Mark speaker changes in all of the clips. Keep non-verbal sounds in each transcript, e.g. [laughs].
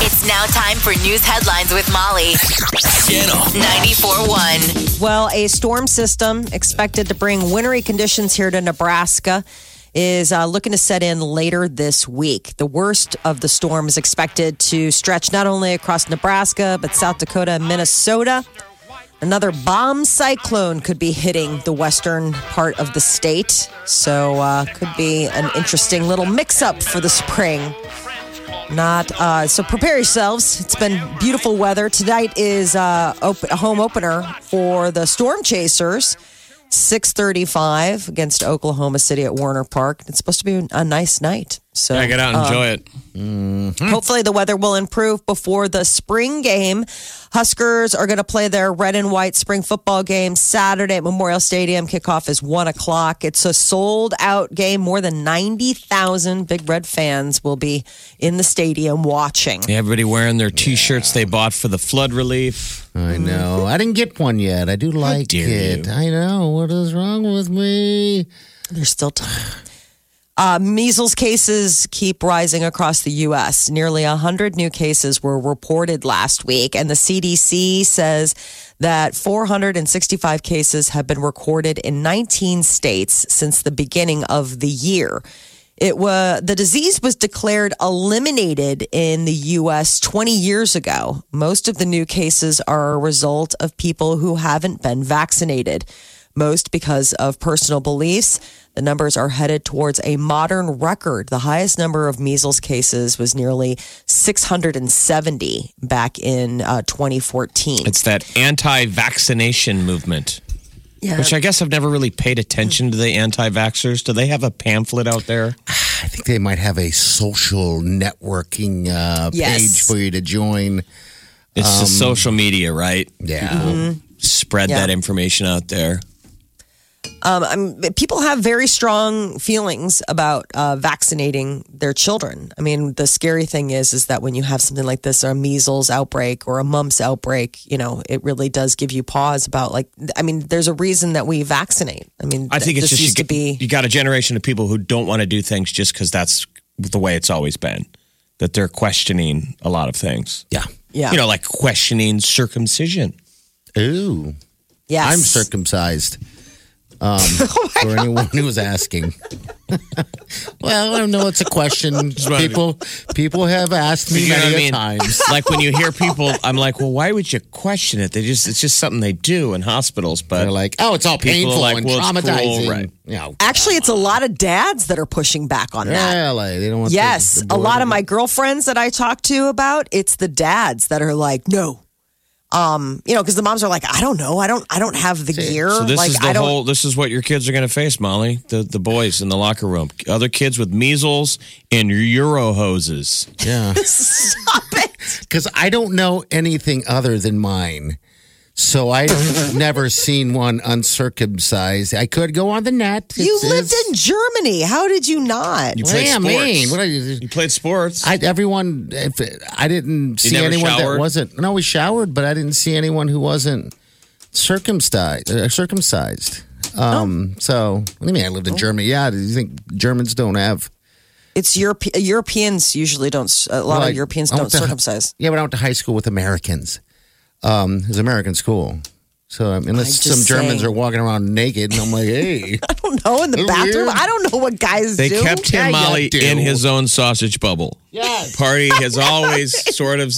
Speaker 1: It's now time for news headlines with Molly. Channel 94.1.
Speaker 2: Well, a storm system expected to bring wintry conditions here to Nebraska is uh, looking to set in later this week. The worst of the storm is expected to stretch not only across Nebraska, but South Dakota and Minnesota. Another bomb cyclone could be hitting the western part of the state. So, uh, could be an interesting little mix up for the spring. Not uh, so. Prepare yourselves. It's been beautiful weather. Tonight is uh, op- a home opener for the Storm Chasers. 6:35 against Oklahoma City at Warner Park. It's supposed to be a nice night. So
Speaker 3: Yeah, get out Hmm. and enjoy it.
Speaker 2: Hopefully, the weather will improve before the spring game. Huskers are going to play their red and white spring football game Saturday at Memorial Stadium. Kickoff is one o'clock. It's a sold out game. More than 90,000 Big Red fans will be in the stadium watching.
Speaker 3: Yeah, everybody wearing their T-shirts they bought for the flood relief.
Speaker 4: I know. I didn't get one yet. I do like
Speaker 3: Mm-hmm. dare
Speaker 4: it.
Speaker 3: you.
Speaker 4: I know. What is wrong with me?
Speaker 2: There's still time. Uh, measles cases keep rising across the U.S. Nearly 100 new cases were reported last week, and the CDC says that 465 cases have been recorded in 19 states since the beginning of the year. It was the disease was declared eliminated in the U.S. 20 years ago. Most of the new cases are a result of people who haven't been vaccinated most because of personal beliefs. The numbers are headed towards a modern record. The highest number of measles cases was nearly 670 back in uh, 2014.
Speaker 3: It's that anti-vaccination movement, which I guess I've never really paid attention to the anti-vaxxers. Do they have a pamphlet out there?
Speaker 4: I think they might have a social networking uh,
Speaker 2: Yes.
Speaker 4: page for you to join.
Speaker 3: It's the social media, right?
Speaker 4: Yeah.
Speaker 3: Mm-hmm. Spread
Speaker 2: Yeah.
Speaker 3: that information out there.
Speaker 2: um, people have very strong feelings about uh, vaccinating their children. I mean, the scary thing is, is that when you have something like this, or a measles outbreak or a mumps outbreak, you know, it really does give you pause about like. I mean, there's a reason that we vaccinate. I mean,
Speaker 3: I think it's
Speaker 2: this
Speaker 3: just you,
Speaker 2: used to
Speaker 3: get,
Speaker 2: be.
Speaker 3: you got a generation of people who don't want to do things just because that's the way it's always been. That they're questioning a lot of things.
Speaker 4: Yeah.
Speaker 2: Yeah.
Speaker 3: You know, like questioning circumcision.
Speaker 4: Ooh.
Speaker 2: Yes.
Speaker 4: I'm circumcised.
Speaker 3: [laughs]
Speaker 4: Um,
Speaker 3: Oh
Speaker 4: for anyone who was asking. [laughs] well, I know it's a
Speaker 3: [laughs]
Speaker 4: question. People people have asked me
Speaker 3: You know
Speaker 4: many
Speaker 3: what
Speaker 4: a
Speaker 3: I mean?
Speaker 4: times.
Speaker 3: like when you hear people, I'm like, well, why would you question it? They just it's just something they do in hospitals. But
Speaker 4: They're like, oh, it's all
Speaker 3: People
Speaker 4: painful
Speaker 3: are like,
Speaker 4: and
Speaker 3: well, it's
Speaker 4: traumatizing.
Speaker 3: cool, right.
Speaker 4: You know,
Speaker 2: Actually, it's a lot of dads that are pushing back on that.
Speaker 4: yeah, like, they don't want the-
Speaker 2: Yes,
Speaker 4: the
Speaker 2: a lot of
Speaker 4: border-
Speaker 2: my girlfriends that I talk to about it's the dads that are like, no, um, you know, because the moms are like, I don't know, I don't, I don't have the gear.
Speaker 3: so this
Speaker 2: like,
Speaker 3: is the
Speaker 2: I don't.
Speaker 3: whole. This is what your kids are going to face, Molly. The the boys in the locker room, other kids with measles and euro hoses.
Speaker 4: Yeah.
Speaker 2: [laughs] stop it.
Speaker 4: because I don't know anything other than mine. So I've never seen one uncircumcised. I could go on the net.
Speaker 2: You lived in Germany. How did you not?
Speaker 3: You
Speaker 4: What do
Speaker 3: played
Speaker 4: you
Speaker 3: sports.
Speaker 4: mean? What are you?
Speaker 3: You played sports.
Speaker 4: I, everyone, if, I didn't see
Speaker 3: never
Speaker 4: anyone
Speaker 3: showered?
Speaker 4: that wasn't. No, we showered, but I didn't see anyone who wasn't circumcised. Uh, circumcised. Um, So, what do you mean? I lived in Germany. Yeah, do you think Germans don't have?
Speaker 2: It's Europe. Europeans usually don't. A lot
Speaker 4: Well, I-
Speaker 2: of Europeans
Speaker 4: I
Speaker 2: don't
Speaker 4: went to- [laughs]
Speaker 2: circumcise.
Speaker 4: Yeah, but I went to high school with Americans. Um, it was American school. So um, unless
Speaker 2: just
Speaker 4: some Germans
Speaker 2: say-
Speaker 4: are walking around naked, and I'm
Speaker 2: [laughs]
Speaker 4: like, hey,
Speaker 2: I don't know in the
Speaker 4: They're
Speaker 2: bathroom.
Speaker 4: weird.
Speaker 2: I don't know what guys
Speaker 3: they
Speaker 2: do.
Speaker 3: kept
Speaker 4: Yeah,
Speaker 3: him,
Speaker 4: you
Speaker 3: Molly,
Speaker 4: do.
Speaker 3: in his own sausage bubble.
Speaker 4: Yes.
Speaker 3: Party has always sort of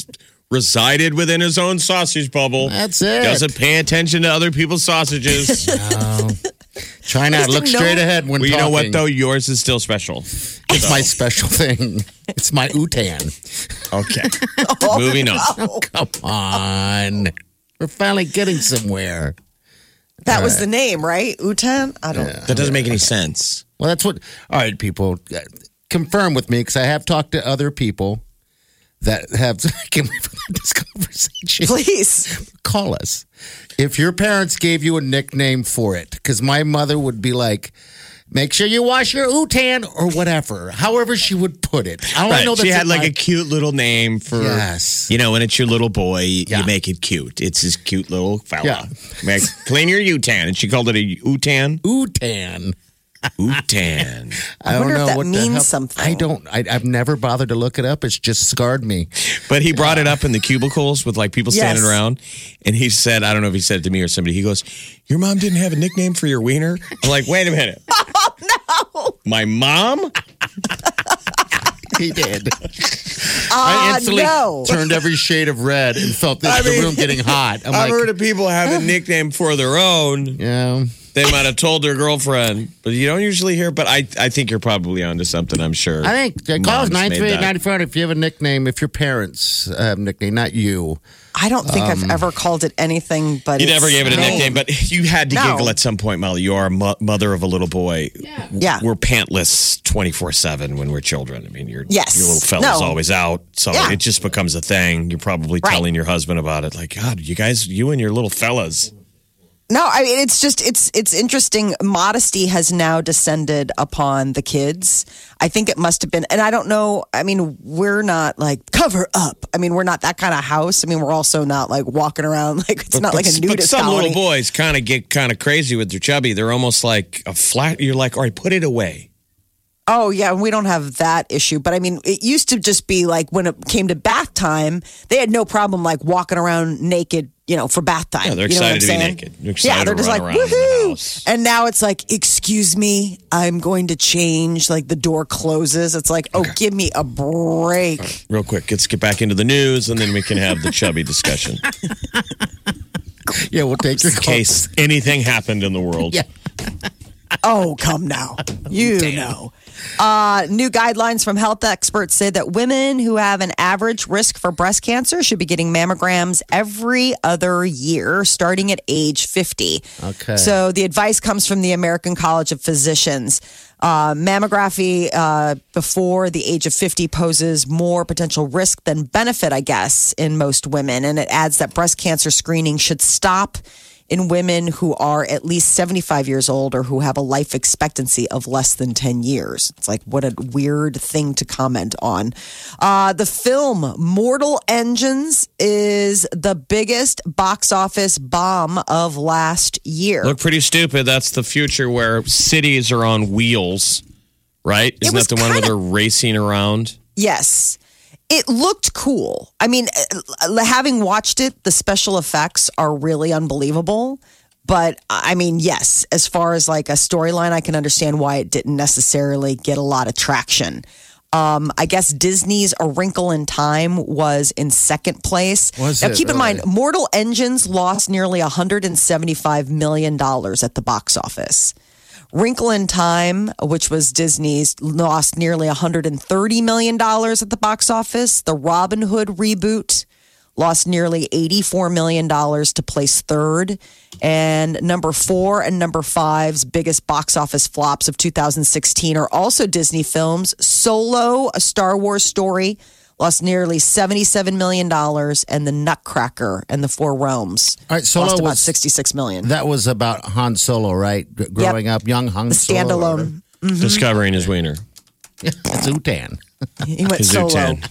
Speaker 3: resided within his own sausage bubble.
Speaker 4: That's it.
Speaker 3: Doesn't pay attention to other people's sausages.
Speaker 4: try not to look
Speaker 2: didn't know-
Speaker 4: straight ahead [laughs] when
Speaker 3: well, you
Speaker 4: talking.
Speaker 3: know what though? Yours is still special.
Speaker 4: It's my special thing. It's my utan. [laughs]
Speaker 3: Okay.
Speaker 4: Oh,
Speaker 3: Moving on.
Speaker 2: Oh.
Speaker 4: Come on, we're finally getting somewhere.
Speaker 2: that was the name, right? Utan. I don't.
Speaker 3: That doesn't make any sense.
Speaker 4: Well, that's what. All right, people, uh, confirm with me because I have talked to other people that have [laughs] I can't believe we had this conversation.
Speaker 2: Please.
Speaker 4: Call us if your parents gave you a nickname for it. Because my mother would be like. Make sure you wash your utan or whatever, however she would put it. I don't
Speaker 3: Right.
Speaker 4: know.
Speaker 3: she
Speaker 4: that's
Speaker 3: had
Speaker 4: in
Speaker 3: like
Speaker 4: my-
Speaker 3: a cute little name for
Speaker 4: Yes.
Speaker 3: you know, when it's your little boy,
Speaker 4: Yeah.
Speaker 3: you make it cute. It's his cute little fella.
Speaker 4: Yeah.
Speaker 3: Make, clean your utan, and she called it a utan.
Speaker 4: utan.
Speaker 3: Utan.
Speaker 4: I,
Speaker 2: wonder
Speaker 4: don't
Speaker 2: if
Speaker 4: know
Speaker 2: that
Speaker 4: what the
Speaker 2: means
Speaker 4: hell-
Speaker 2: something.
Speaker 4: I don't. I, I've never bothered to look it up. It's just scarred
Speaker 3: [laughs]
Speaker 4: me.
Speaker 3: [laughs] But he brought it up in the cubicles with like people standing
Speaker 2: Yes.
Speaker 3: around, and he said, I don't know if he said it to me or somebody. He goes, "Your mom didn't have a nickname for your wiener." I'm like, wait a
Speaker 4: [laughs]
Speaker 3: minute. Oh no, my mom.
Speaker 4: He did.
Speaker 2: [laughs] Ah,
Speaker 4: I instantly
Speaker 2: no.
Speaker 4: turned every shade of red and felt the, the
Speaker 3: mean-
Speaker 4: room
Speaker 3: [laughs]
Speaker 4: getting hot. I'm
Speaker 3: I've
Speaker 4: like,
Speaker 3: heard of people having nickname for their own.
Speaker 4: yeah.
Speaker 3: They might have told their girlfriend, but you don't usually hear. But I, I think you're probably onto something. I'm sure.
Speaker 4: I think uh, call us
Speaker 3: Moms made
Speaker 4: 938 if you have a nickname, if your parents have a nickname, not you.
Speaker 2: I don't think I've ever called it anything but
Speaker 3: You never
Speaker 2: it's-
Speaker 3: gave it a nickname, but you had to
Speaker 2: No.
Speaker 3: giggle at some point, Molly. You are a mo- mother of a little boy. Yeah.
Speaker 2: Yeah.
Speaker 3: We're pantless 24 7 when we're children. I mean, you're,
Speaker 2: Yes.
Speaker 3: your little fella's
Speaker 2: No.
Speaker 3: always out. So
Speaker 2: Yeah.
Speaker 3: it just becomes a thing. You're probably
Speaker 2: Right.
Speaker 3: telling your husband about it. Like, God, you guys, you and your little fellas.
Speaker 2: No, I mean it's just it's it's interesting. Modesty has now descended upon the kids. I think it must have been, and I don't know. I mean, we're not like cover up. I mean, we're not that kind of house. I mean, we're also not like walking around [laughs] like it's not like a
Speaker 3: But- but
Speaker 2: nudist
Speaker 3: some
Speaker 2: colony.
Speaker 3: little boys kind of get kind of crazy with their chubby. They're almost like a flat. You're like, all right, put it away.
Speaker 2: Oh yeah, we don't have that issue. But I mean, it used to just be like when it came to bath time, they had no problem like walking around naked, you know, for bath time.
Speaker 3: Yeah, they're
Speaker 2: You know what
Speaker 3: excited to be
Speaker 2: I'm saying?
Speaker 3: naked. They're excited
Speaker 2: yeah, they're
Speaker 3: to
Speaker 2: just
Speaker 3: run
Speaker 2: like
Speaker 3: around in the
Speaker 2: woohoo!
Speaker 3: house.
Speaker 2: And now it's like, excuse me, I'm going to change. Like the door closes. It's like, oh, give me a break.
Speaker 3: Real quick, let's get back into the news and then we can have the
Speaker 2: [laughs]
Speaker 3: chubby discussion.
Speaker 4: Yeah, we'll take your
Speaker 3: In
Speaker 4: call.
Speaker 3: case anything happened in the world.
Speaker 4: Yeah.
Speaker 2: Oh, come now. You know. Uh, new guidelines from health experts say that women who have an average risk for breast cancer should be getting mammograms every other year, starting at age 50.
Speaker 4: Okay.
Speaker 2: So the advice comes from the American College of Physicians. Uh, mammography uh, before the age of 50 poses more potential risk than benefit, I guess, in most women. And it adds that breast cancer screening should stop in women who are at least 75 years old or who have a life expectancy of less than 10 years. It's like, what a weird thing to comment on. Uh, the film Mortal Engines is the biggest box office bomb of last year.
Speaker 3: Look pretty stupid. That's the future where cities are on wheels, right? Isn't
Speaker 2: was
Speaker 3: that the one where
Speaker 2: kinda-
Speaker 3: they're racing around?
Speaker 2: Yes. It looked cool. I mean, uh, having watched it, the special effects are really unbelievable. But I mean, yes, as far as like a storyline, I can understand why it didn't necessarily get a lot of traction. Um, I guess Disney's A Wrinkle in Time was in second place.
Speaker 4: Was
Speaker 2: now,
Speaker 4: it
Speaker 2: keep in
Speaker 4: really?
Speaker 2: mind, Mortal Engines lost nearly $175 million at the box office. Wrinkle in Time, which was Disney's, lost nearly $130 million at the box office. The Robin Hood reboot lost nearly $84 million to place third. And number four and number five's biggest box office flops of 2016 are also Disney films. Solo, a Star Wars story, lost nearly $77 million. And The Nutcracker and The Four Realms
Speaker 4: All right, Solo
Speaker 2: lost about
Speaker 4: was-
Speaker 2: $66 million.
Speaker 4: That was about Han Solo, right? G- growing up, young Han
Speaker 2: the
Speaker 4: Solo.
Speaker 2: standalone.
Speaker 3: Discovering his wiener.
Speaker 4: That's utan.
Speaker 2: He went
Speaker 3: Kazoo
Speaker 2: solo.
Speaker 3: 10.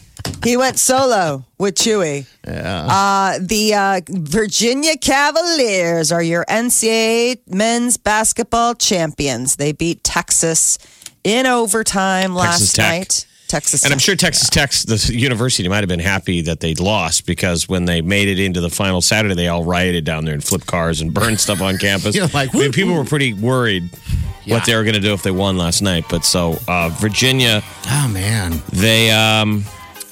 Speaker 2: He went solo with Chewy. Uh, the uh, Virginia Cavaliers are your NCAA men's basketball champions. They beat Texas in overtime last
Speaker 3: Texas Tech.
Speaker 2: night. Texas,
Speaker 3: And I'm
Speaker 2: Tech.
Speaker 3: sure Texas Tech, the university, might have been happy that they lost because when they made it into the final Saturday, they all rioted down there and flipped cars and [laughs] burned stuff on campus.
Speaker 4: Yeah, like,
Speaker 3: I mean,
Speaker 4: woo,
Speaker 3: people were pretty worried
Speaker 4: Yeah.
Speaker 3: what they were going to do if they won last night. But so uh, Virginia,
Speaker 4: Oh man,
Speaker 3: they um,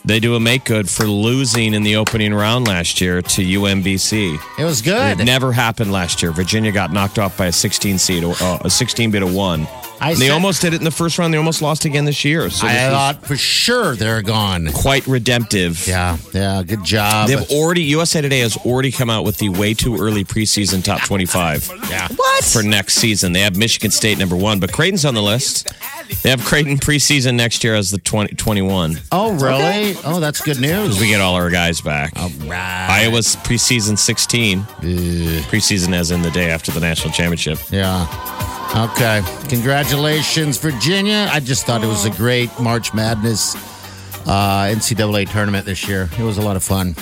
Speaker 3: they do a make good for losing in the opening round last year to UMBC.
Speaker 4: it was
Speaker 3: It
Speaker 4: good.
Speaker 3: never happened last year. Virginia got knocked off by a 16 seed, uh, a 16 bit of one.
Speaker 4: I
Speaker 3: And they
Speaker 4: said-
Speaker 3: almost did it in the first round. They almost lost again this year. So this
Speaker 4: I
Speaker 3: is
Speaker 4: thought for sure they're gone.
Speaker 3: quite redemptive.
Speaker 4: Yeah, yeah, good job.
Speaker 3: They've already USA Today has already come out with the way too early preseason top 25
Speaker 4: yeah.
Speaker 2: what?
Speaker 3: for next season. They have Michigan State number one, but Creighton's on the list. They have Creighton preseason next year as the 20, 21.
Speaker 4: Oh, really? Oh, that's good news.
Speaker 3: We get all our guys back. Iowa's preseason 16. Preseason as in the day after the national championship.
Speaker 4: Yeah. Okay. Congratulations, Virginia. I just thought it was a great March Madness uh, NCAA tournament this year. It was a lot of fun.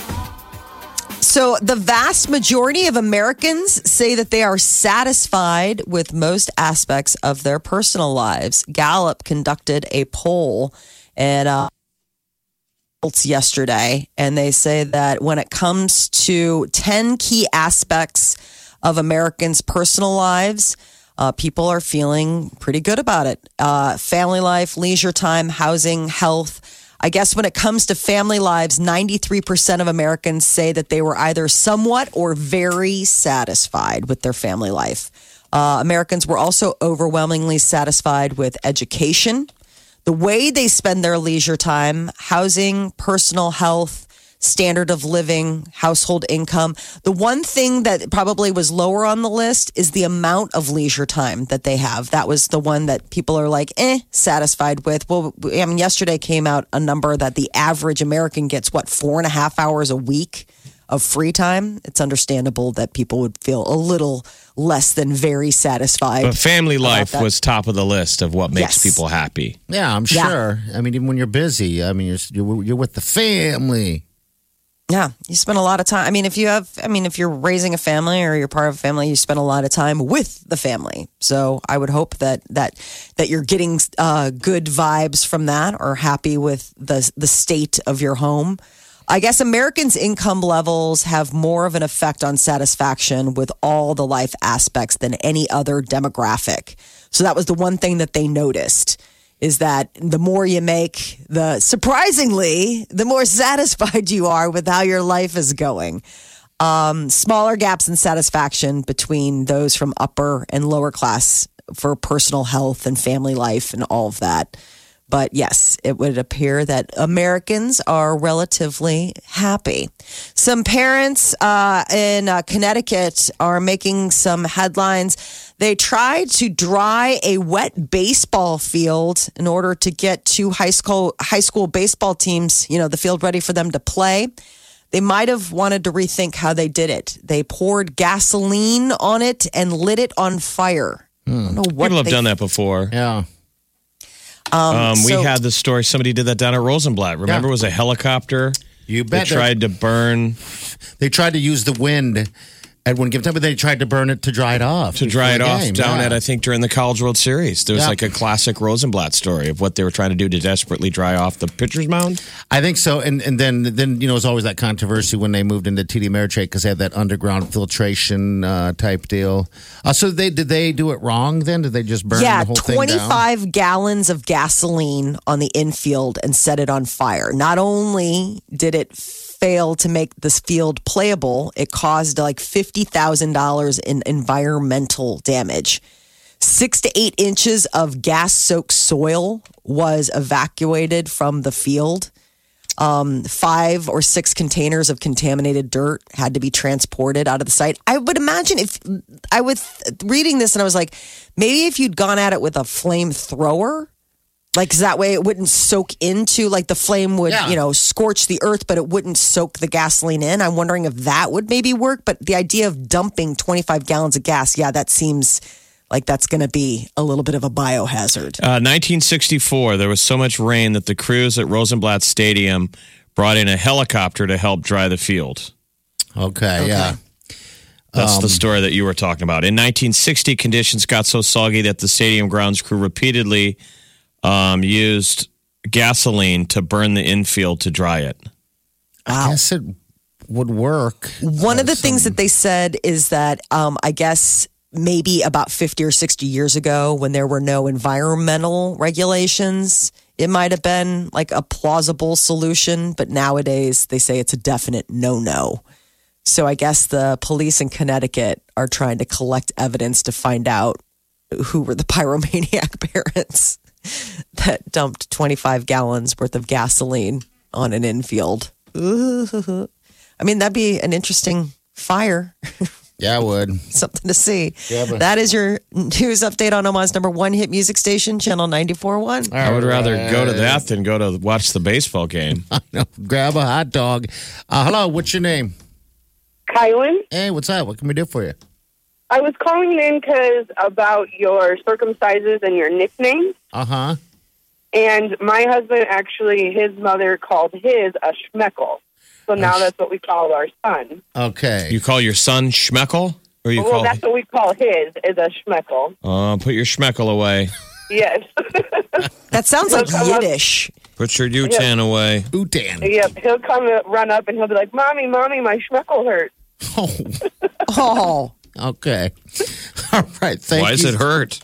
Speaker 2: So, the vast majority of Americans say that they are satisfied with most aspects of their personal lives. Gallup conducted a poll and uh, results yesterday, and they say that when it comes to 10 key aspects of Americans' personal lives, uh, people are feeling pretty good about it. Uh, family life, leisure time, housing, health. I guess when it comes to family lives, 93% of Americans say that they were either somewhat or very satisfied with their family life. Uh, Americans were also overwhelmingly satisfied with education, the way they spend their leisure time, housing, personal health, standard of living, household income. The one thing that probably was lower on the list is the amount of leisure time that they have. That was the one that people are like, eh, satisfied with. Well, I mean, yesterday came out a number that the average American gets, what, four and a half hours a week? Of free time, it's understandable that people would feel a little less than very satisfied.
Speaker 3: But family life
Speaker 2: that.
Speaker 3: was top of the list of what makes
Speaker 2: Yes.
Speaker 3: people happy.
Speaker 4: Yeah, I'm
Speaker 2: Yeah.
Speaker 4: sure. I mean, even when you're busy, I mean, you're, you're, you're with the family.
Speaker 2: Yeah, you spend a lot of time. I mean, if you have, I mean, if you're raising a family or you're part of a family, you spend a lot of time with the family. So I would hope that that that you're getting uh, good vibes from that or happy with the the state of your home. I guess Americans' income levels have more of an effect on satisfaction with all the life aspects than any other demographic. So that was the one thing that they noticed is that the more you make, the surprisingly, the more [laughs] satisfied you are with how your life is going. Um, smaller gaps in satisfaction between those from upper and lower class for personal health and family life and all of that. But yes, it would appear that Americans are relatively happy. Some parents uh, in uh, Connecticut are making some headlines. They tried to dry a wet baseball field in order to get two high school high school baseball teams, you know, the field ready for them to play. They might have wanted to rethink how they did it. They poured gasoline on it and lit it on fire. I don't know what
Speaker 3: People have
Speaker 2: they-
Speaker 3: done that before.
Speaker 4: Yeah.
Speaker 3: Um, we
Speaker 2: so-
Speaker 3: had the story. Somebody did that down at Rosenblatt. Remember,
Speaker 4: Yeah.
Speaker 3: it was a helicopter.
Speaker 4: You
Speaker 3: They
Speaker 4: bet.
Speaker 3: tried to burn
Speaker 4: They tried to use the wind at one given time, but they tried to burn it to dry it off.
Speaker 3: to dry it
Speaker 4: before the
Speaker 3: off
Speaker 4: game,
Speaker 3: down
Speaker 4: yeah.
Speaker 3: at I think during the College World Series. There was
Speaker 4: Yeah.
Speaker 3: like a classic Rosenblatt story of what they were trying to do to desperately dry off the pitcher's mound.
Speaker 4: I think so. And and then then you know it's always that controversy when they moved into TD Ameritrade because they had that underground filtration uh, type deal. Uh, so they did they do it wrong then? Did they just burn
Speaker 2: yeah,
Speaker 4: the whole thing down?
Speaker 2: 25 gallons of gasoline on the infield and set it on fire. Not only did it fail to make this field playable, it caused like $50,000 in environmental damage. Six to eight inches of gas soaked soil was evacuated from the field. Um, five or six containers of contaminated dirt had to be transported out of the site. I would imagine if I was reading this and I was like, maybe if you'd gone at it with a flamethrower, like 'cause that way it wouldn't soak into, like the flame would,
Speaker 4: Yeah.
Speaker 2: you know, scorch the earth, but it wouldn't soak the gasoline in. I'm wondering if that would maybe work. But the idea of dumping 25 gallons of gas, yeah, that seems like that's going to be a little bit of a biohazard.
Speaker 3: Uh, 1964, there was so much rain that the crews at Rosenblatt Stadium brought in a helicopter to help dry the field.
Speaker 4: Okay, yeah.
Speaker 3: That's the story that you were talking about. In 1960, conditions got so soggy that the stadium grounds crew repeatedly um, used gasoline to burn the infield to dry it.
Speaker 4: I guess it would work.
Speaker 2: One of the things that they said is that um, I guess maybe about 50 or 60 years ago, when there were no environmental regulations, it might have been like a plausible solution. But nowadays, they say it's a definite no no. So I guess the police in Connecticut are trying to collect evidence to find out who were the [laughs] pyromaniac parents that dumped 25 gallons worth of gasoline on an infield. I mean, that'd be an interesting fire.
Speaker 4: Yeah, I would. [laughs]
Speaker 2: [laughs] Something to see.
Speaker 4: Yeah, but-
Speaker 2: that is your news update on Omaha's number one hit music station, Channel 94.1.
Speaker 3: I would rather go to that than go to watch the baseball game.
Speaker 4: Grab a hot dog. Uh, hello, what's your name?
Speaker 5: Kylan,
Speaker 4: Hey, what's up? What can we do for you?
Speaker 5: I was calling in because about your circumcises and your nicknames.
Speaker 4: Uh huh.
Speaker 5: And my husband actually, his mother called his a schmeckle. So now that's what we call our son.
Speaker 4: Okay.
Speaker 3: You call your son Schmeckel? Or you
Speaker 5: Well,
Speaker 3: call
Speaker 5: that's what we call his is a schmeckle.
Speaker 3: uh, put your Schmeckel away.
Speaker 5: Yes. [laughs]
Speaker 2: That sounds like
Speaker 5: I love-
Speaker 2: Yiddish.
Speaker 3: Put your Utan away.
Speaker 4: Bhutan.
Speaker 5: yep. He'll come uh, run up and he'll be like, "Mommy, mommy, my schmeckle hurt."
Speaker 4: [laughs] Oh,
Speaker 2: Oh,
Speaker 4: okay. [laughs] All right. Thank
Speaker 3: Why
Speaker 4: you. Uh,
Speaker 3: does it hurt?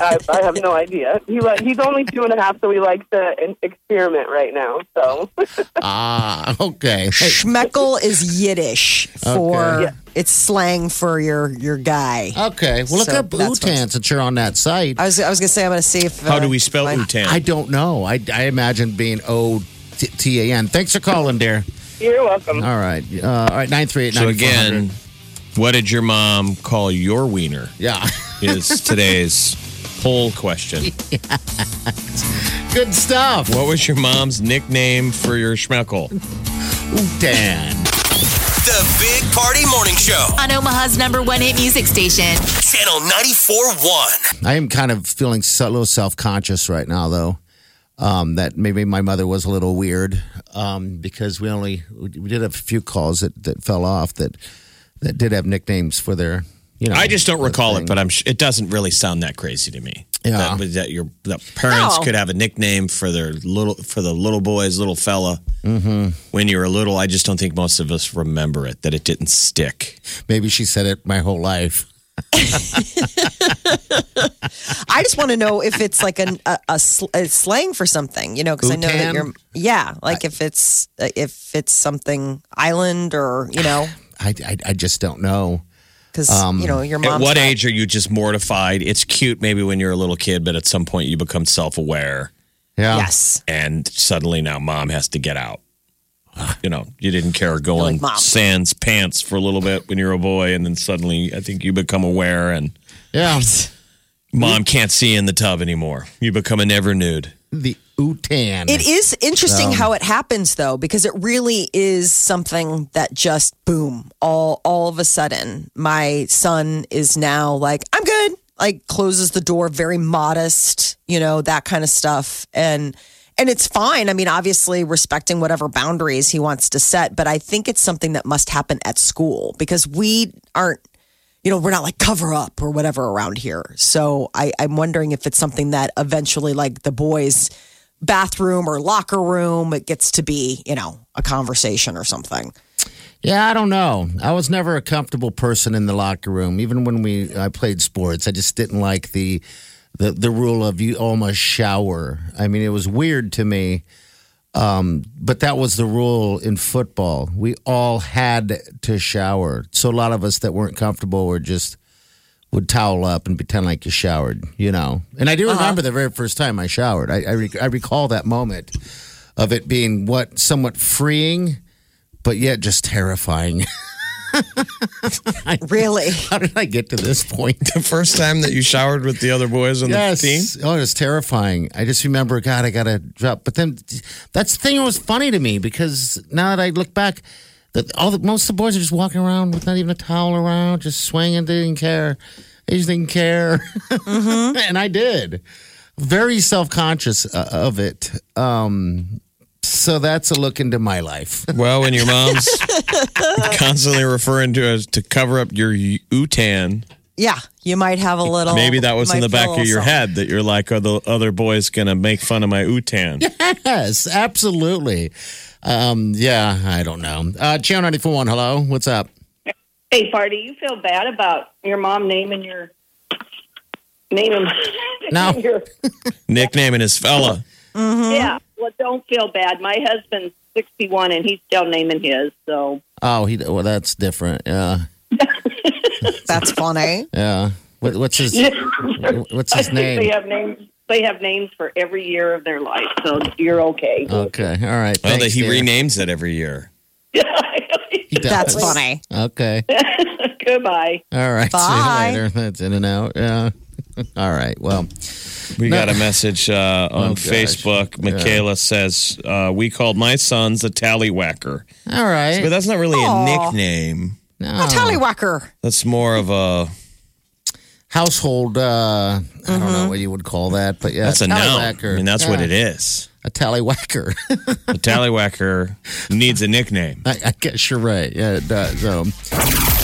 Speaker 5: I, I have no idea. He li- he's only two and a half, so we like to in- experiment right now. So [laughs]
Speaker 4: Ah,
Speaker 3: [laughs]
Speaker 4: okay. Hey,
Speaker 2: Schmeckel is Yiddish for
Speaker 4: Okay.
Speaker 2: it's slang for your your guy.
Speaker 4: okay. Well, look
Speaker 2: So
Speaker 4: up
Speaker 2: that's
Speaker 4: Bhutan since you're on that site.
Speaker 2: I was I was gonna say I'm gonna see if
Speaker 3: How
Speaker 2: uh,
Speaker 3: do we spell
Speaker 2: my-
Speaker 3: Utan?
Speaker 4: I don't know. I, I imagine being O T A N. Thanks for calling, dear.
Speaker 5: you're welcome.
Speaker 4: All right. Uh, all right. 938
Speaker 3: so again, what did your mom call your wiener?
Speaker 4: Yeah. [laughs]
Speaker 3: Is today's poll question.
Speaker 4: Good stuff.
Speaker 3: What was your mom's nickname for your Schmeckel?
Speaker 4: Bhutan.
Speaker 6: The Big Party Morning Show.
Speaker 1: On Omaha's number one hit music station.
Speaker 6: Channel 94.1.
Speaker 4: I am kind of feeling so- a little self conscious right now, though. Um, that maybe my mother was a little weird um, because we only we did have a few calls that, that fell off that that did have nicknames for their you know.
Speaker 3: I just don't
Speaker 4: their
Speaker 3: recall
Speaker 4: thing.
Speaker 3: it, but I'm. sh- It doesn't really sound that crazy to me.
Speaker 4: Yeah.
Speaker 3: that, that your that parents
Speaker 2: No.
Speaker 3: could have a nickname for their little for the little boys, little fella.
Speaker 4: Mm-hmm.
Speaker 3: When you were little, I just don't think most of us remember it that it didn't stick.
Speaker 4: maybe she said it my whole life.
Speaker 2: I just want to know if it's like an, a, a, sl- a slang for something, you know, because I know that
Speaker 4: Utan?
Speaker 2: you're yeah, like if it's uh, if it's something island or you know,
Speaker 4: I, I, I just don't know.
Speaker 2: because you know your
Speaker 3: Um, At
Speaker 2: mom.
Speaker 3: what age are you just mortified? It's cute maybe when you're a little kid, but at some point you become self aware,
Speaker 4: Yeah.
Speaker 2: Yes,
Speaker 3: and suddenly now mom has to get
Speaker 4: [sighs]
Speaker 3: out. You know, you didn't care going
Speaker 2: Like, "Mom."
Speaker 3: sans pants for a little bit when you're a boy, and then suddenly I think you become aware and.
Speaker 4: Yeah.
Speaker 3: Mom can't see in the tub anymore. You become a never nude.
Speaker 4: The Utan.
Speaker 2: it is interesting how it happens though, because it really is something that just boom, all all of a sudden, my son is now like I'm good, like closes the door, very modest, you know, that kind of stuff, and. And it's fine. I mean, obviously respecting whatever boundaries he wants to set, but I think it's something that must happen at school because we aren't you know, we're not like cover up or whatever around here. So I, I'm wondering if it's something that eventually, like the boys' bathroom or locker room, it gets to be, you know, a conversation or something.
Speaker 4: Yeah, I don't know. I was never a comfortable person in the locker room, even when we I played sports. I just didn't like the the the rule of you almost shower. I mean, it was weird to me. Um, but that was the rule in football. We all had to shower. So a lot of us that weren't comfortable were just would towel up and pretend like you showered, you know. And I do remember the very first time I showered. I I, rec- I recall that moment of it being what somewhat freeing but yet just terrifying. [laughs]
Speaker 3: [laughs]
Speaker 2: Really?
Speaker 4: How did I get to this point?
Speaker 3: The first time that you showered with the other boys on
Speaker 4: Oh, it was terrifying. I just remember, God, I got to drop. But then that's the thing that was funny to me because now that I look back, that all the, most of the boys are just walking around with not even a towel around, just swinging. They didn't care. They just didn't care. [laughs] and I did. Very self conscious uh, of it. Um, so that's a look into my life. [laughs]
Speaker 3: Well, when your mom's constantly referring to us to cover up your utan,
Speaker 2: Yeah. You might have a little.
Speaker 3: maybe that was in
Speaker 2: might
Speaker 3: the back
Speaker 2: feel
Speaker 3: of your
Speaker 2: something.
Speaker 3: head that you're like, are the other boys going to make fun of my utan?
Speaker 4: Yes, absolutely. Um, yeah, I don't know. Uh, Channel 941, hello. What's up?
Speaker 5: Hey, party, you feel bad about your mom naming your naming [laughs]
Speaker 4: No.
Speaker 5: your,
Speaker 3: Nicknaming his fella.
Speaker 7: Mm-hmm.
Speaker 5: yeah. Well, don't feel bad. My husband's sixty-one and he's still naming his. So
Speaker 4: Oh, he. Well, that's different. Yeah,
Speaker 2: That's funny.
Speaker 4: yeah. What, what's his?
Speaker 5: [laughs]
Speaker 4: What's
Speaker 5: I [laughs]
Speaker 4: his
Speaker 5: think they
Speaker 4: name?
Speaker 5: have names. They have names for every year of their life. So you're okay.
Speaker 4: Okay, all right.
Speaker 3: Well, Oh, that
Speaker 4: thanks,
Speaker 3: he
Speaker 4: dear.
Speaker 3: renames it every year.
Speaker 4: He does.
Speaker 2: That's funny.
Speaker 4: Okay.
Speaker 5: [laughs] Goodbye.
Speaker 4: All right.
Speaker 2: Bye.
Speaker 4: See you later. That's in and out. Yeah. [laughs] All right. Well,
Speaker 3: We got a message uh, on
Speaker 4: Oh, gosh.
Speaker 3: Facebook. Michaela says, uh, We called my sons a tallywhacker.
Speaker 4: all
Speaker 3: But
Speaker 4: right.
Speaker 3: that's not really a nickname.
Speaker 2: Oh, tallywhacker.
Speaker 3: That's more of a.
Speaker 4: Household, uh, I don't know what you would call that, but yeah.
Speaker 3: That's a noun. I
Speaker 4: tallywhacker.
Speaker 3: mean, that's what
Speaker 4: Yeah,
Speaker 3: it is.
Speaker 4: A tallywhacker. [laughs]
Speaker 3: A tallywhacker needs a nickname.
Speaker 4: I, I guess you're right. Yeah, it does. Um,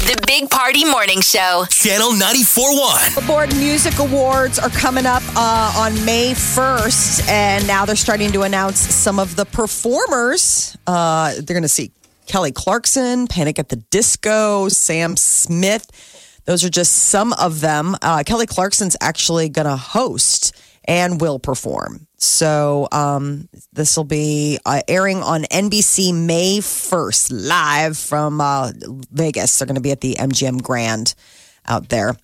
Speaker 1: The Big Party Morning Show.
Speaker 6: Channel 94.1.
Speaker 2: Billboard Music Awards are coming up uh, on May 1st, and now they're starting to announce some of the performers. Uh, they're going to see Kelly Clarkson, Panic at the Disco, Sam Smith. Those are just some of them. Uh, Kelly Clarkson's actually going to host and will perform. So um, this will be uh, airing on NBC May 1st, live from uh, Vegas. They're going to be at the MGM Grand out there.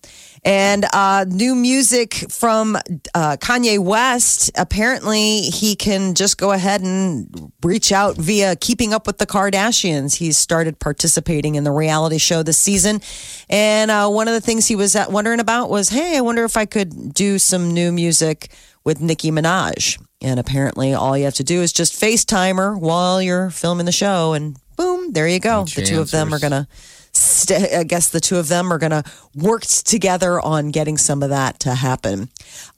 Speaker 2: And uh, new music from uh, Kanye West. Apparently, he can just go ahead and reach out via Keeping Up with the Kardashians. He's started participating in the reality show this season. And uh, one of the things he was uh, wondering about was hey, I wonder if I could do some new music with Nicki Minaj. And apparently, all you have to do is just FaceTime her while you're filming the show, and boom, there you go. The two of them are
Speaker 4: answers.
Speaker 2: going to st- I guess the two of them are going to work together on getting some of that to happen.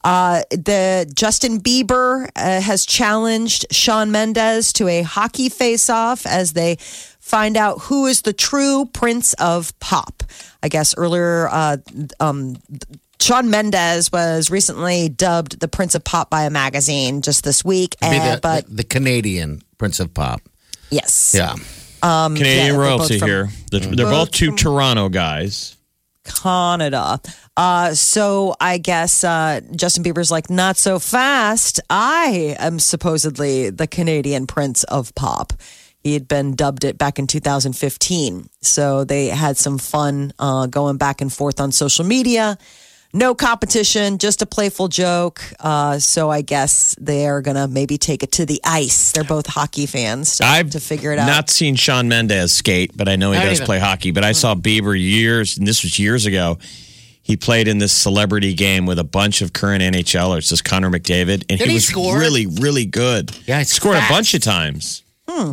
Speaker 2: Uh, the Justin Bieber uh, has challenged Sean Mendez to a hockey face-off as they find out who is the true prince of pop. I guess earlier uh, Sean Mendez was recently dubbed the Prince of Pop by a magazine just this week,
Speaker 4: be
Speaker 2: and,
Speaker 4: the,
Speaker 2: but
Speaker 4: the, the Canadian Prince of Pop.
Speaker 2: yes,
Speaker 4: Yeah.
Speaker 3: Canadian
Speaker 2: yeah, they're both
Speaker 3: royalty
Speaker 2: from-
Speaker 3: here. They're, they're both two Toronto guys.
Speaker 2: Canada. Uh, so I guess uh, Justin Bieber's like, not so fast. I am supposedly the Canadian prince of pop. He had been dubbed it back in 2015. So they had some fun uh, going back and forth on social media. No competition, just a playful joke. Uh, so I guess they are going to maybe take it to the ice. They're both hockey fans to,
Speaker 3: I've
Speaker 2: to figure it out.
Speaker 3: Not seen Sean Mendez skate, but I know he
Speaker 4: I
Speaker 3: does
Speaker 4: either.
Speaker 3: play hockey. But I saw Bieber years, and this was years ago. He played in this celebrity game with a bunch of current NHLers, this Connor McDavid, and
Speaker 4: Did he
Speaker 3: was
Speaker 4: score?
Speaker 3: really, really good.
Speaker 4: Yeah,
Speaker 3: he
Speaker 4: he's
Speaker 3: scored
Speaker 4: fast.
Speaker 3: a bunch of times,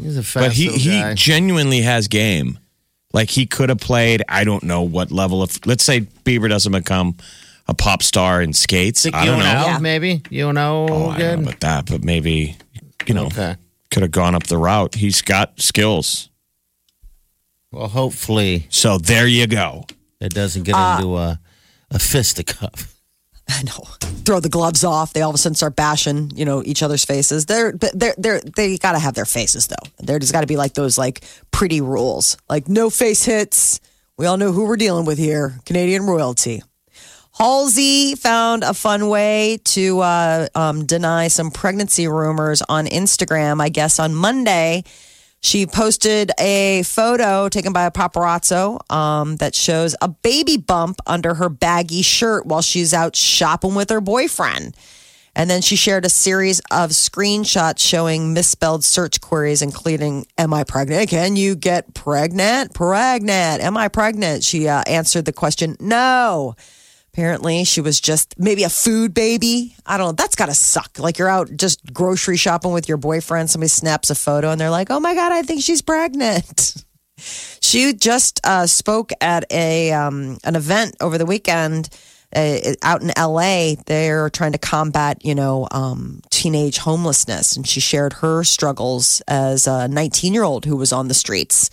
Speaker 4: He's a fast
Speaker 3: but he
Speaker 4: little
Speaker 3: he
Speaker 4: guy.
Speaker 3: genuinely has game. Like he could have played, I don't know what level of. Let's say Bieber doesn't become a pop star and skates.
Speaker 4: Think
Speaker 3: I don't
Speaker 4: UNO,
Speaker 3: know.
Speaker 4: Maybe you know.
Speaker 3: Oh, I
Speaker 4: good.
Speaker 3: don't know about that, but maybe you know
Speaker 4: Okay.
Speaker 3: could have gone up the route. He's got skills.
Speaker 4: Well, hopefully
Speaker 3: So there you go.
Speaker 4: it doesn't get into a a fisticuff.
Speaker 2: [laughs] I know. Throw the gloves off. They all of a sudden start bashing, you know, each other's faces. They're but they're they're they gotta have their faces though. There just gotta be like those like pretty rules. Like no face hits. We all know who we're dealing with here. Canadian royalty. Halsey found a fun way to uh, um, deny some pregnancy rumors on Instagram, I guess, on Monday. She posted a photo taken by a paparazzo um, that shows a baby bump under her baggy shirt while she's out shopping with her boyfriend. And then she shared a series of screenshots showing misspelled search queries, including "Am I pregnant? Can you get pregnant? Pregnant? Am I pregnant?" She uh, answered the question, "No." Apparently, she was just maybe a food baby. I don't know. That's got to suck. Like, you're out just grocery shopping with your boyfriend. Somebody snaps a photo and they're like, oh my God, I think she's pregnant. [laughs] She just uh, spoke at a um, an event over the weekend uh, out in LA. They're trying to combat, you know, um, teenage homelessness. And she shared her struggles as a 19 year old who was on the streets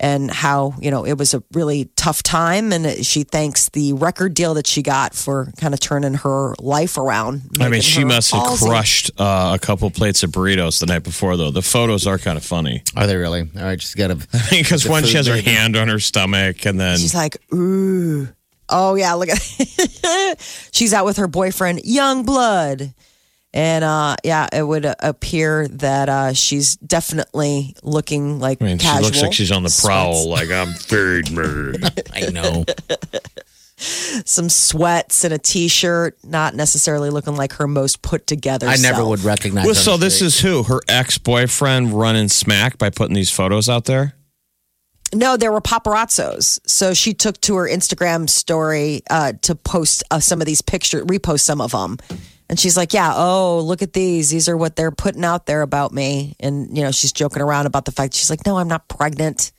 Speaker 2: and how you know it was a really tough time and it- she thanks the record deal that she got for kind of turning her life around
Speaker 3: I mean,
Speaker 2: making
Speaker 3: she
Speaker 2: her
Speaker 3: must have
Speaker 2: ballsy.
Speaker 3: crushed uh, a couple plates of burritos the night before, though. The photos are kind of funny [laughs]
Speaker 4: Are they really? All right, just got to.
Speaker 3: because
Speaker 4: The
Speaker 3: one, she
Speaker 4: food
Speaker 3: has her
Speaker 4: lady.
Speaker 3: hand on her stomach, and then
Speaker 2: she's like ooh oh yeah look at [laughs] she's out with her boyfriend young blood and uh yeah it would appear that uh she's definitely looking like
Speaker 3: I mean, she
Speaker 2: casual
Speaker 3: looks like she's on the prowl, like
Speaker 2: [laughs]
Speaker 3: I'm third
Speaker 4: [laughs] I know.
Speaker 2: some sweats and a t-shirt not necessarily looking like her most put together
Speaker 4: I never
Speaker 2: self.
Speaker 4: would recognize.
Speaker 3: Well,
Speaker 4: her
Speaker 3: so this
Speaker 4: straight.
Speaker 3: is who her ex boyfriend running smack by putting these photos out there.
Speaker 2: No, there were paparazzos. So she took to her Instagram story uh, to post uh, some of these pictures, repost some of them. And she's like, "Yeah, oh, look at these. These are what they're putting out there about me." And you know, she's joking around about the fact she's like, "No, I'm not pregnant.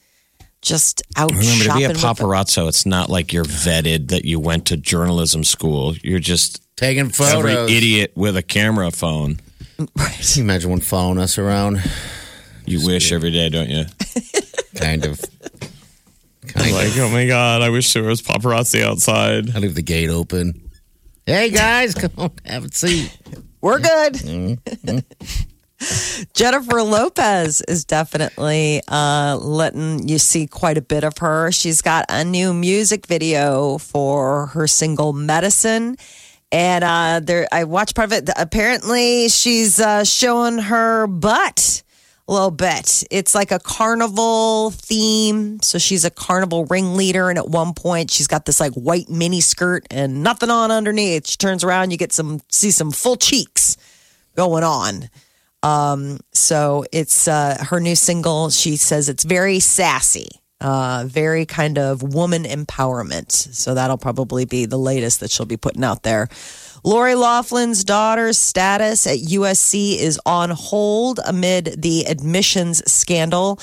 Speaker 2: Just out
Speaker 3: Remember, to
Speaker 2: shopping."
Speaker 3: be a
Speaker 2: with the-"
Speaker 3: paparazzo, it's not like you're vetted that you went to journalism school. You're just
Speaker 4: Taking
Speaker 3: every
Speaker 4: photos.
Speaker 3: idiot with a camera phone.
Speaker 4: Can you imagine one following us around?
Speaker 3: You wish every day, don't you?
Speaker 4: Kind [laughs] of. kind of.
Speaker 3: oh my God, I wish there was paparazzi outside.
Speaker 4: I leave the gate open. Hey guys, come on, have a seat.
Speaker 2: We're good. Jennifer Lopez is definitely uh, letting you see quite a bit of her. She's got a new music video for her single "Medicine," and uh, there I watched part of it. Apparently, she's uh, showing her butt a little bit. It's like a carnival theme, so she's a carnival ringleader, and at one point, she's got this like white mini skirt and nothing on underneath. She turns around, you get some see some full cheeks going on. Um, so it's uh, her new single. She says it's very sassy, uh, very kind of woman empowerment. So that'll probably be the latest that she'll be putting out there. Lori Laughlin's daughter's status at USC is on hold amid the admissions scandal.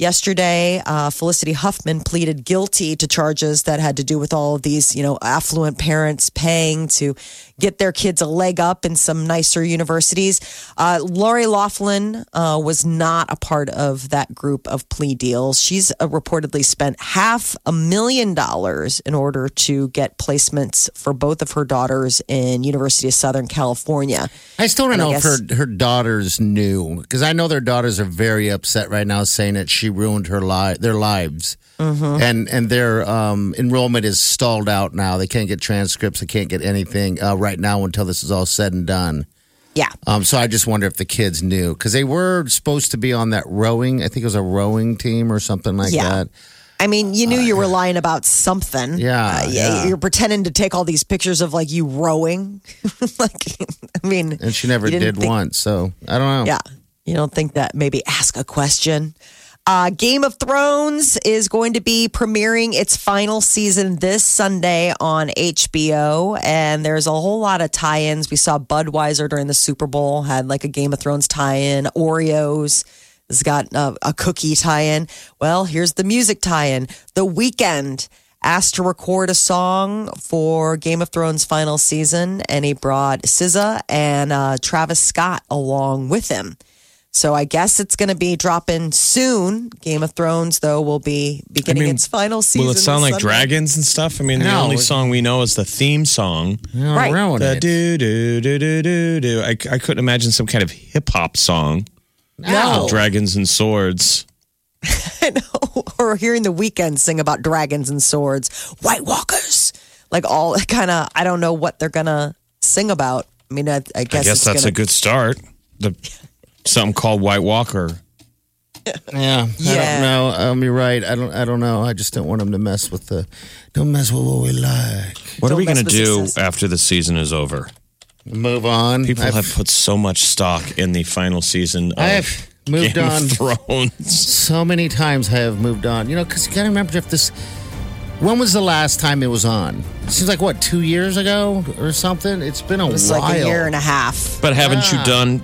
Speaker 2: Yesterday, uh, Felicity Huffman pleaded guilty to charges that had to do with all of these, you know, affluent parents paying to get their kids a leg up in some nicer universities. Uh, Lori Laughlin uh, was not a part of that group of plea deals. She's uh, reportedly spent half a million dollars in order to get placements for both of her daughters in University of Southern California.
Speaker 4: I still don't
Speaker 2: And I
Speaker 4: know if
Speaker 2: guess-
Speaker 4: her her daughters knew because I know their daughters are very upset right now, saying that she ruined her li- their lives,
Speaker 2: Mm-hmm.
Speaker 4: and and their um, enrollment is stalled out now. They can't get transcripts, they can't get anything uh, right now until this is all said and done.
Speaker 2: Yeah.
Speaker 4: Um, so I just wonder if the kids knew because they were supposed to be on that rowing. I think it was a rowing team or something like
Speaker 2: Yeah.
Speaker 4: that.
Speaker 2: I mean, you knew you were lying about something.
Speaker 4: Uh, Yeah,
Speaker 2: Uh,
Speaker 4: yeah.
Speaker 2: You're pretending to take all these pictures of like you rowing. [laughs] like, I mean,
Speaker 4: And she never
Speaker 2: you didn't
Speaker 4: did
Speaker 2: think-
Speaker 4: once, so I don't know.
Speaker 2: Yeah. You don't think that maybe ask a question? Uh, Game of Thrones is going to be premiering its final season this Sunday on HBO, and there's a whole lot of tie ins. We saw Budweiser during the Super Bowl, had like a Game of Thrones tie in, Oreos. Has got uh, a cookie tie-in. Well, here's the music tie-in. The weekend asked to record a song for Game of Thrones final season, and he brought SZA and uh, Travis Scott along with him. So I guess it's going to be dropping soon. Game of Thrones, though, will be beginning
Speaker 3: mean,
Speaker 2: its final season.
Speaker 3: Will it sound
Speaker 2: this
Speaker 3: like
Speaker 2: Sunday.
Speaker 3: dragons and stuff? I mean, the
Speaker 4: No,
Speaker 3: only
Speaker 4: it-
Speaker 3: song we know is the theme song.
Speaker 4: You don't
Speaker 2: Right.
Speaker 4: ruin
Speaker 3: The
Speaker 4: it.
Speaker 3: do do do do do do. I, I couldn't imagine some kind of hip hop song.
Speaker 4: No.
Speaker 3: Dragons and swords.
Speaker 2: I know. [laughs] or hearing the weekend sing about dragons and swords, White Walkers, like all [laughs] kind of. I don't know what they're gonna sing about. I mean, I, I guess,
Speaker 3: I guess
Speaker 2: it's
Speaker 3: that's
Speaker 2: gonna,
Speaker 3: a good start. The something called White Walker.
Speaker 4: Yeah, I
Speaker 2: Yeah.
Speaker 4: don't know. Um, you're right. I don't. I don't know. I just don't want them to mess with the. Don't mess with what we like.
Speaker 3: What are we
Speaker 2: Don't
Speaker 3: going to
Speaker 2: mess with
Speaker 3: do
Speaker 2: success.
Speaker 3: after the season is over?
Speaker 4: Move on.
Speaker 3: People
Speaker 4: I've,
Speaker 3: have put so much stock in the final season of
Speaker 4: I have moved
Speaker 3: Game
Speaker 4: on.
Speaker 3: of Thrones.
Speaker 4: [laughs] so many times. I have moved on. You know, because you got to remember if this. When was the last time it was on? It seems like what two years ago or something. It's been a
Speaker 2: It's
Speaker 4: while.
Speaker 2: like a year and a half. [laughs]
Speaker 3: But haven't
Speaker 4: Ah.
Speaker 3: you done?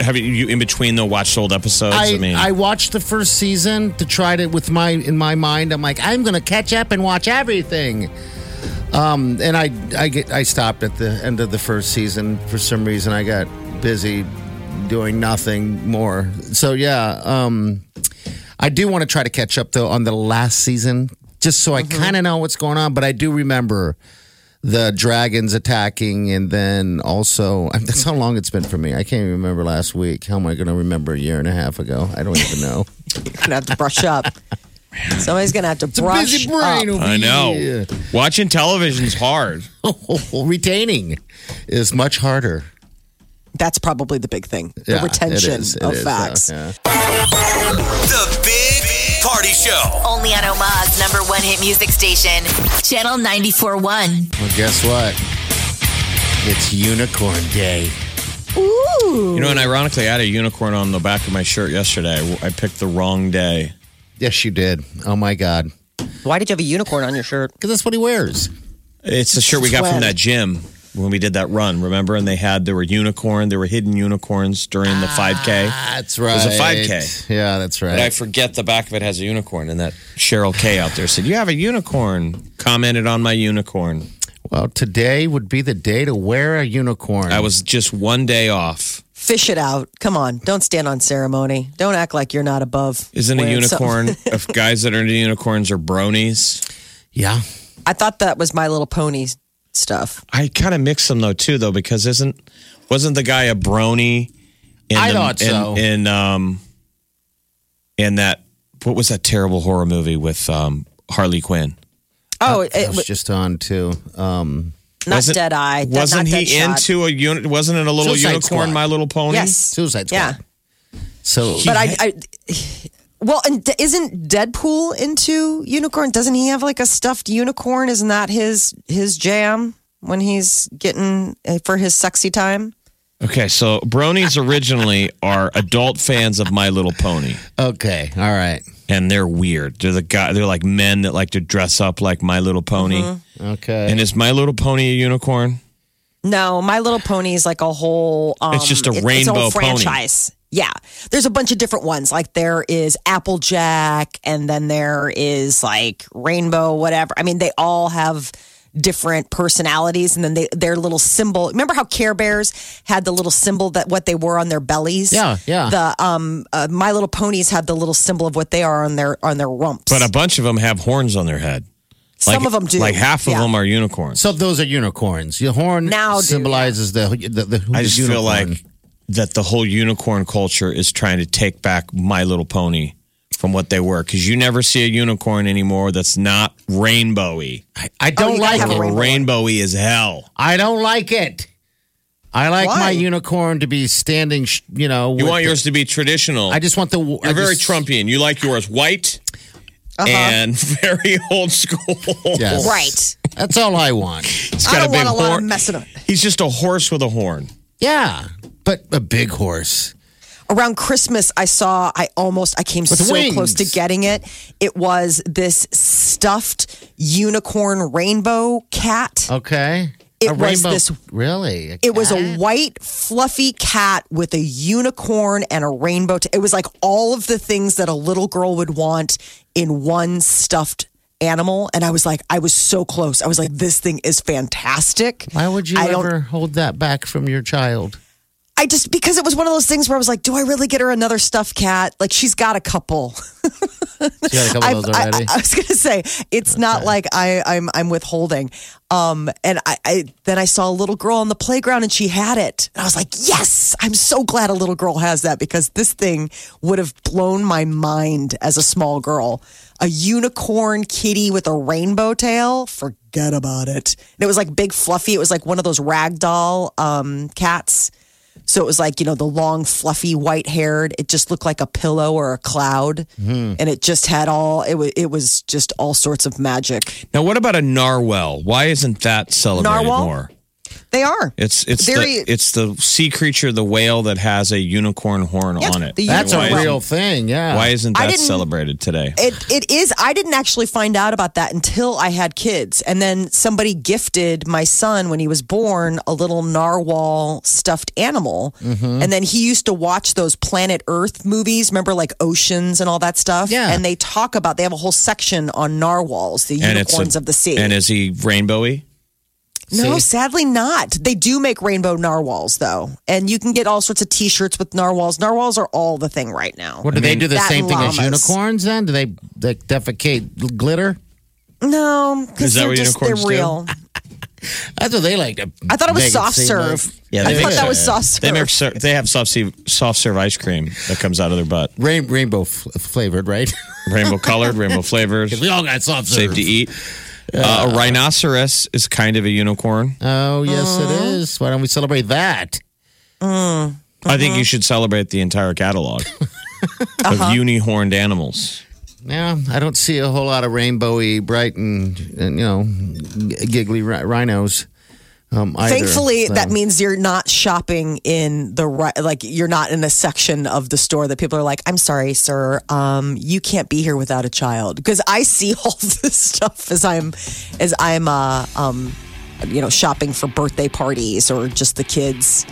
Speaker 3: Have you in between though watched old episodes? I,
Speaker 4: I,
Speaker 3: mean,
Speaker 4: I watched the first season to try to with my in my mind I'm like I'm gonna catch up and watch everything, um, and I I get I stopped at the end of the first season for some reason I got busy doing nothing more so yeah um, I do want to try to catch up though on the last season just so I kind of know what's going on but I do remember the dragons attacking, and then also [laughs] I mean, that's how long it's been for me. I can't even remember last week. How am I going to remember a year and a half ago? I don't
Speaker 2: [laughs]
Speaker 4: even know.
Speaker 2: You're gonna have to brush
Speaker 4: [laughs]
Speaker 2: up. Somebody's gonna have to brush
Speaker 4: Busy brain
Speaker 2: up.
Speaker 4: over
Speaker 3: I know.
Speaker 4: [laughs] here.
Speaker 3: Watching television's hard.
Speaker 4: Oh, Retaining is much harder.
Speaker 2: That's probably the big thing. The
Speaker 4: Yeah, it
Speaker 2: retention
Speaker 4: is, it
Speaker 2: of
Speaker 4: is,
Speaker 2: facts.
Speaker 4: yeah, yeah.
Speaker 6: The Big Party Show.
Speaker 1: Only on Omaha's number one hit music station, Channel 94.1.
Speaker 4: Well, guess what? It's Unicorn Day.
Speaker 3: You know, and ironically, I had a unicorn on the back of my shirt yesterday. I picked the wrong day.
Speaker 4: Yes, you did. Oh my God.
Speaker 2: Why did you have a unicorn on your shirt?
Speaker 4: Because that's what he wears.
Speaker 3: It's the shirt we got from that gym when we did that run. Remember? And they had there were unicorn, there were hidden unicorns during the five k.
Speaker 4: That's
Speaker 3: was
Speaker 4: right.
Speaker 3: a 5K.
Speaker 4: Yeah, that's
Speaker 3: And I
Speaker 4: right.
Speaker 3: forget the back of it has a unicorn. And that Cheryl K out there said, "You have a unicorn." Commented on my unicorn.
Speaker 4: Well, today would be the day to wear a unicorn.
Speaker 3: I was just one day off.
Speaker 2: Fish it out. Come on. Don't stand on ceremony. Don't act like you're not above.
Speaker 3: Isn't a
Speaker 2: wearing
Speaker 3: unicorn
Speaker 2: something.
Speaker 3: if guys that are into unicorns are bronies?
Speaker 4: Yeah.
Speaker 2: I thought that was my little pony stuff.
Speaker 3: I kind of mix them though too, though, because isn't wasn't the guy a brony? In
Speaker 4: I
Speaker 3: the-
Speaker 4: thought
Speaker 3: in,
Speaker 4: so.
Speaker 3: In um, in that what was that terrible horror movie with um Harley Quinn?
Speaker 4: Uh,
Speaker 2: Oh, it,
Speaker 4: I was
Speaker 2: was
Speaker 4: just on too. Um,
Speaker 2: not
Speaker 3: wasn't-
Speaker 2: dead eye. Dead-
Speaker 3: Wasn't
Speaker 2: not
Speaker 3: he
Speaker 2: Deadshot.
Speaker 3: into a unit? Wasn't it a little
Speaker 4: Suicide
Speaker 3: unicorn?
Speaker 4: Squad.
Speaker 3: My Little Pony.
Speaker 2: Yes.
Speaker 4: Suicide Squad.
Speaker 2: Yeah.
Speaker 4: So
Speaker 2: But I, I, well, and d- isn't Deadpool into unicorn? Doesn't he have like a stuffed unicorn? Isn't that his his jam when he's getting uh, for his sexy time?
Speaker 3: Okay, so bronies originally are adult fans of My Little Pony,
Speaker 4: okay, all right,
Speaker 3: and they're weird. They're the guy. They're like men that like to dress up like My Little Pony.
Speaker 2: Mm-hmm.
Speaker 4: okay.
Speaker 3: And is My Little Pony a unicorn?
Speaker 2: No, My Little Pony is like a whole. Um,
Speaker 3: It's just a
Speaker 2: it- it's a
Speaker 3: rainbow
Speaker 2: whole
Speaker 3: pony.
Speaker 2: franchise. Yeah, there's a bunch of different ones. Like there is Applejack, and then there is like Rainbow, whatever. I mean, they all have different personalities, and then they their little symbol. Remember how Care Bears had the little symbol that what they were on their bellies?
Speaker 4: Yeah, yeah.
Speaker 2: The um, uh, My Little Ponies had the little symbol of what they are on their on their rumps.
Speaker 3: But a bunch of them have horns on their head.
Speaker 2: Some of 'em do.
Speaker 3: Like half of
Speaker 2: Yeah.
Speaker 3: them are unicorns.
Speaker 4: so those are unicorns. Your horn
Speaker 2: Now do,
Speaker 4: symbolizes the the, the
Speaker 3: I just feel
Speaker 4: unicorn.
Speaker 3: like that the whole unicorn culture is trying to take back My Little Pony from what they were because you never see a unicorn anymore that's not rainbowy.
Speaker 4: I, I don't
Speaker 2: Oh, you gotta
Speaker 4: like
Speaker 2: have
Speaker 4: it.
Speaker 2: a rainbow.
Speaker 3: Rainbowy as hell.
Speaker 4: I don't like it. I like
Speaker 2: Why?
Speaker 4: my unicorn to be standing. sh- You know,
Speaker 3: You
Speaker 4: with
Speaker 3: want
Speaker 4: the-
Speaker 3: yours to be traditional.
Speaker 4: I just want the.
Speaker 3: You're very Trumpian. You like yours white
Speaker 2: Uh-huh.
Speaker 3: and [laughs] very old school.
Speaker 4: Yes.
Speaker 2: right.
Speaker 4: That's all I want.
Speaker 3: It's
Speaker 2: I
Speaker 3: got
Speaker 2: don't
Speaker 3: a big
Speaker 2: want a lot of
Speaker 3: horn.
Speaker 2: messing up.
Speaker 3: He's just a horse with a horn.
Speaker 4: Yeah, but a big horse.
Speaker 2: around Christmas, I saw, I almost, I came so
Speaker 4: wings.
Speaker 2: close to getting it. It was this stuffed unicorn rainbow
Speaker 4: Oh.
Speaker 2: cat.
Speaker 4: Okay.
Speaker 2: It
Speaker 4: a
Speaker 2: was
Speaker 4: rainbow.
Speaker 2: this-
Speaker 4: really.
Speaker 2: It was a white, fluffy cat with a unicorn and a rainbow. T- it was like all of the things that a little girl would want in one stuffed animal. And I was like, I was so close. I was like, this thing is fantastic.
Speaker 4: Why would you
Speaker 2: I don't-
Speaker 4: ever hold that back from your child?
Speaker 2: I just, because it was one of those things where I was like, do I really get her another stuffed cat? Like, she's got a couple.
Speaker 4: She had a couple of
Speaker 2: I've-
Speaker 4: those
Speaker 2: I,
Speaker 4: already.
Speaker 2: I, I was gonna say it's not like I, I'm I'm withholding. Um, and I, I then I saw a little girl on the playground and she had it. And I was like, yes, I'm so glad a little girl has that because this thing would have blown my mind as a small girl. A unicorn kitty with a rainbow tail. Forget about it. And it was like big fluffy. It was like one of those ragdoll um, cats. So it was like, you know, the long, fluffy, white haired. It just looked like a pillow or a cloud.
Speaker 3: Mm-hmm.
Speaker 2: And it just had all, it, wa it was just all sorts of magic.
Speaker 3: Now, what about a narwhal? Why isn't that celebrated
Speaker 2: Narwhal?
Speaker 3: more?
Speaker 2: They are.
Speaker 3: It's it's
Speaker 2: Very-
Speaker 3: the, it's the sea creature, the whale that has a unicorn horn
Speaker 2: Yeah,
Speaker 3: on it.
Speaker 2: the
Speaker 4: That's
Speaker 3: why
Speaker 4: a
Speaker 2: unicorn.
Speaker 4: real thing. Yeah.
Speaker 3: Why isn't
Speaker 2: I
Speaker 3: that
Speaker 2: didn't-
Speaker 3: celebrated today?
Speaker 2: It, it is. I didn't actually find out about that until I had kids. And then somebody gifted my son when he was born a little narwhal stuffed animal.
Speaker 3: Mm-hmm.
Speaker 2: And then he used to watch those Planet Earth movies, remember like oceans and all that stuff?
Speaker 4: Yeah.
Speaker 2: And they talk about, they have a whole section on narwhals, the unicorns
Speaker 3: a-
Speaker 2: of the sea.
Speaker 3: And is he rainbowy?
Speaker 2: No,
Speaker 4: See?
Speaker 2: sadly not. They do make rainbow narwhals though, and you can get all sorts of T-shirts with narwhals. Narwhals are all the thing right now.
Speaker 4: What do they do the
Speaker 2: that
Speaker 4: same thing as
Speaker 2: llamas.
Speaker 4: unicorns? Then do they, they defecate glitter?
Speaker 2: No, because
Speaker 3: Is that
Speaker 2: they're
Speaker 3: what
Speaker 2: just they're
Speaker 3: unicorns do?
Speaker 2: real.
Speaker 4: That's what they like. To
Speaker 2: I thought it was
Speaker 4: make
Speaker 2: soft
Speaker 4: seem
Speaker 2: serve.
Speaker 4: like.
Speaker 2: I
Speaker 3: they
Speaker 2: thought
Speaker 3: make
Speaker 2: that
Speaker 3: so-
Speaker 2: was soft serve.
Speaker 3: They make ser- they have soft serve, soft serve ice cream that comes out of their butt,
Speaker 4: Rain, rainbow f- flavored, right? [laughs]
Speaker 3: rainbow
Speaker 2: [laughs]
Speaker 3: colored, rainbow flavors,
Speaker 4: we all got soft
Speaker 3: safe
Speaker 4: serve.
Speaker 3: to eat. Uh, a rhinoceros is kind of a unicorn.
Speaker 4: Oh yes, it is. Why don't we celebrate that?
Speaker 3: I
Speaker 2: Uh-huh.
Speaker 3: think you should celebrate the entire catalog
Speaker 2: [laughs]
Speaker 3: of uni-horned animals.
Speaker 4: Yeah, I don't see a whole lot of rainbowy, bright, and, and you know, g- giggly ri- rhinos. Um, either,
Speaker 2: Thankfully,
Speaker 4: so.
Speaker 2: that means you're not shopping in the right, like you're not in a section of the store that people are like, I'm sorry, sir, um, you can't be here without a child. Because I see [laughs] all this stuff as I'm, as I'm, uh, um, you know, shopping for birthday parties or just the kids.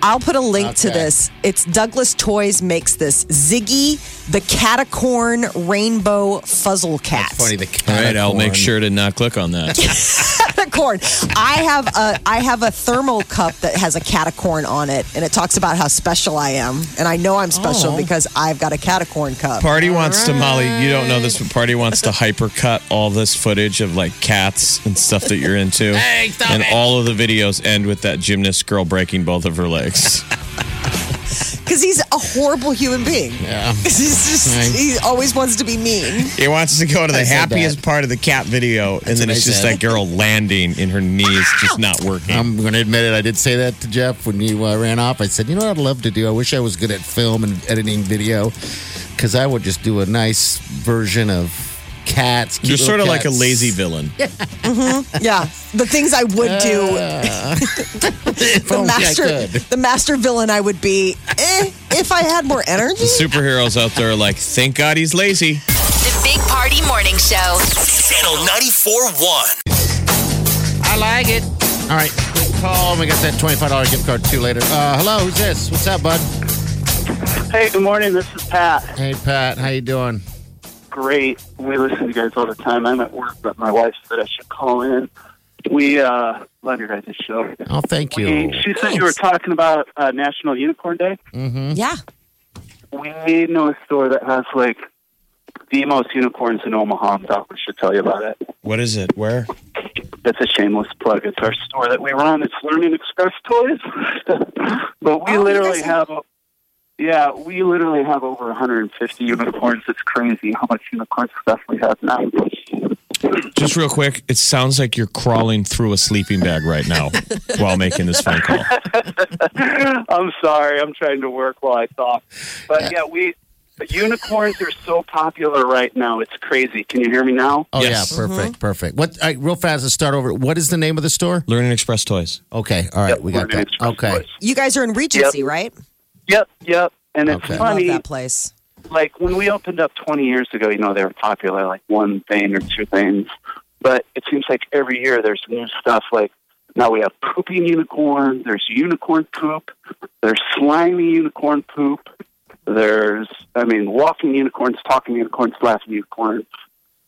Speaker 2: I'll put a link to
Speaker 4: Okay.
Speaker 2: this. It's Douglas Toys makes this Ziggy the Catacorn Rainbow Fuzzle Cat.
Speaker 4: Funny, the
Speaker 3: All right, I'll
Speaker 4: catacorn.
Speaker 3: make sure to not click on that.
Speaker 2: catacorn. I have a I have a thermal cup that has a catacorn on it, and it talks about how special I am, and I know I'm
Speaker 4: Oh.
Speaker 2: special because I've got a catacorn cup.
Speaker 3: Party wants to Molly. You don't know this, but Party wants
Speaker 4: [laughs]
Speaker 3: to hypercut all this footage of like cats and stuff that you're into.
Speaker 4: [laughs] Hey, stop
Speaker 3: and
Speaker 4: it.
Speaker 3: all of the videos end with that gymnast girl breaking both of her
Speaker 4: [laughs]
Speaker 3: legs.
Speaker 2: Because he's a horrible human being. [laughs]
Speaker 4: Yeah.
Speaker 2: He's just
Speaker 4: Right.
Speaker 2: he always wants to be mean.
Speaker 3: He wants to go to the
Speaker 4: said
Speaker 3: happiest part of the cat video, and then
Speaker 4: what
Speaker 3: it's
Speaker 4: I
Speaker 3: just
Speaker 4: said.
Speaker 3: that girl landing and her knees just not working.
Speaker 4: I'm going to admit it. I did say that to Jeff when you uh, ran off. I said, you know what I'd love to do? I wish I was good at film and editing video because I would just do a nice version of cats. cute
Speaker 3: you're
Speaker 4: little
Speaker 3: sort of like a
Speaker 4: cats.
Speaker 3: lazy
Speaker 4: [laughs]
Speaker 3: villain.
Speaker 2: Yeah, the things I would do,
Speaker 4: Uh, If
Speaker 2: the
Speaker 4: only I
Speaker 2: master,
Speaker 4: could.
Speaker 2: the master villain I would be. Eh, if I had more energy,
Speaker 3: Superheroes out there are like, thank God he's lazy.
Speaker 1: The Big Party Morning Show.
Speaker 6: Channel 94.1.
Speaker 4: I like it. All right. Quick call. We got that $25 gift card too later. Uh, hello. Who's this? What's up, bud?
Speaker 8: Hey, good morning. This is Pat.
Speaker 4: Hey, Pat. How you doing?
Speaker 8: Great. We listen to you guys all the time. I'm at work, but my wife said I should call in. We uh, love your guys' show.
Speaker 4: Oh, thank you.
Speaker 8: We, she said you were talking about uh, National Unicorn Day.
Speaker 2: yeah,
Speaker 8: We know a store that has like the most unicorns in Omaha. I thought we should tell you about it.
Speaker 3: What is it? Where?
Speaker 8: That's a shameless plug. It's our store that we run. It's Learning Express Toys. [laughs] but we
Speaker 2: Oh, you
Speaker 8: literally
Speaker 2: guys
Speaker 8: have, yeah, we literally have over 150 unicorns. It's crazy how much unicorn stuff we have now. [laughs]
Speaker 3: Just real quick, it sounds like you're crawling through a sleeping bag right
Speaker 4: [laughs]
Speaker 3: now while making this phone call.
Speaker 8: I'm sorry. I'm trying to work while I talk. But yeah, we unicorns are so popular right now. It's crazy. Can you hear me now?
Speaker 4: Oh,
Speaker 3: Yes.
Speaker 4: yeah. Perfect. Perfect. What? All right, real fast. Let's start over. What is the name of the store?
Speaker 3: Learning Express Toys.
Speaker 4: Okay. All right.
Speaker 8: Yep,
Speaker 4: we got
Speaker 8: Learning
Speaker 4: that.
Speaker 8: Express
Speaker 4: Okay.
Speaker 8: Toys.
Speaker 2: you guys are in Regency, right?
Speaker 8: Yep, yep. And it's
Speaker 4: Okay.
Speaker 2: I love
Speaker 8: funny.
Speaker 2: that place.
Speaker 8: like when we opened up 20 years ago, you know, they were popular, like one thing or two things. But it seems like every year there's new stuff. Like now we have pooping unicorn, there's unicorn poop, there's slimy unicorn poop, there's, I mean, walking unicorns, talking unicorns, laughing unicorns.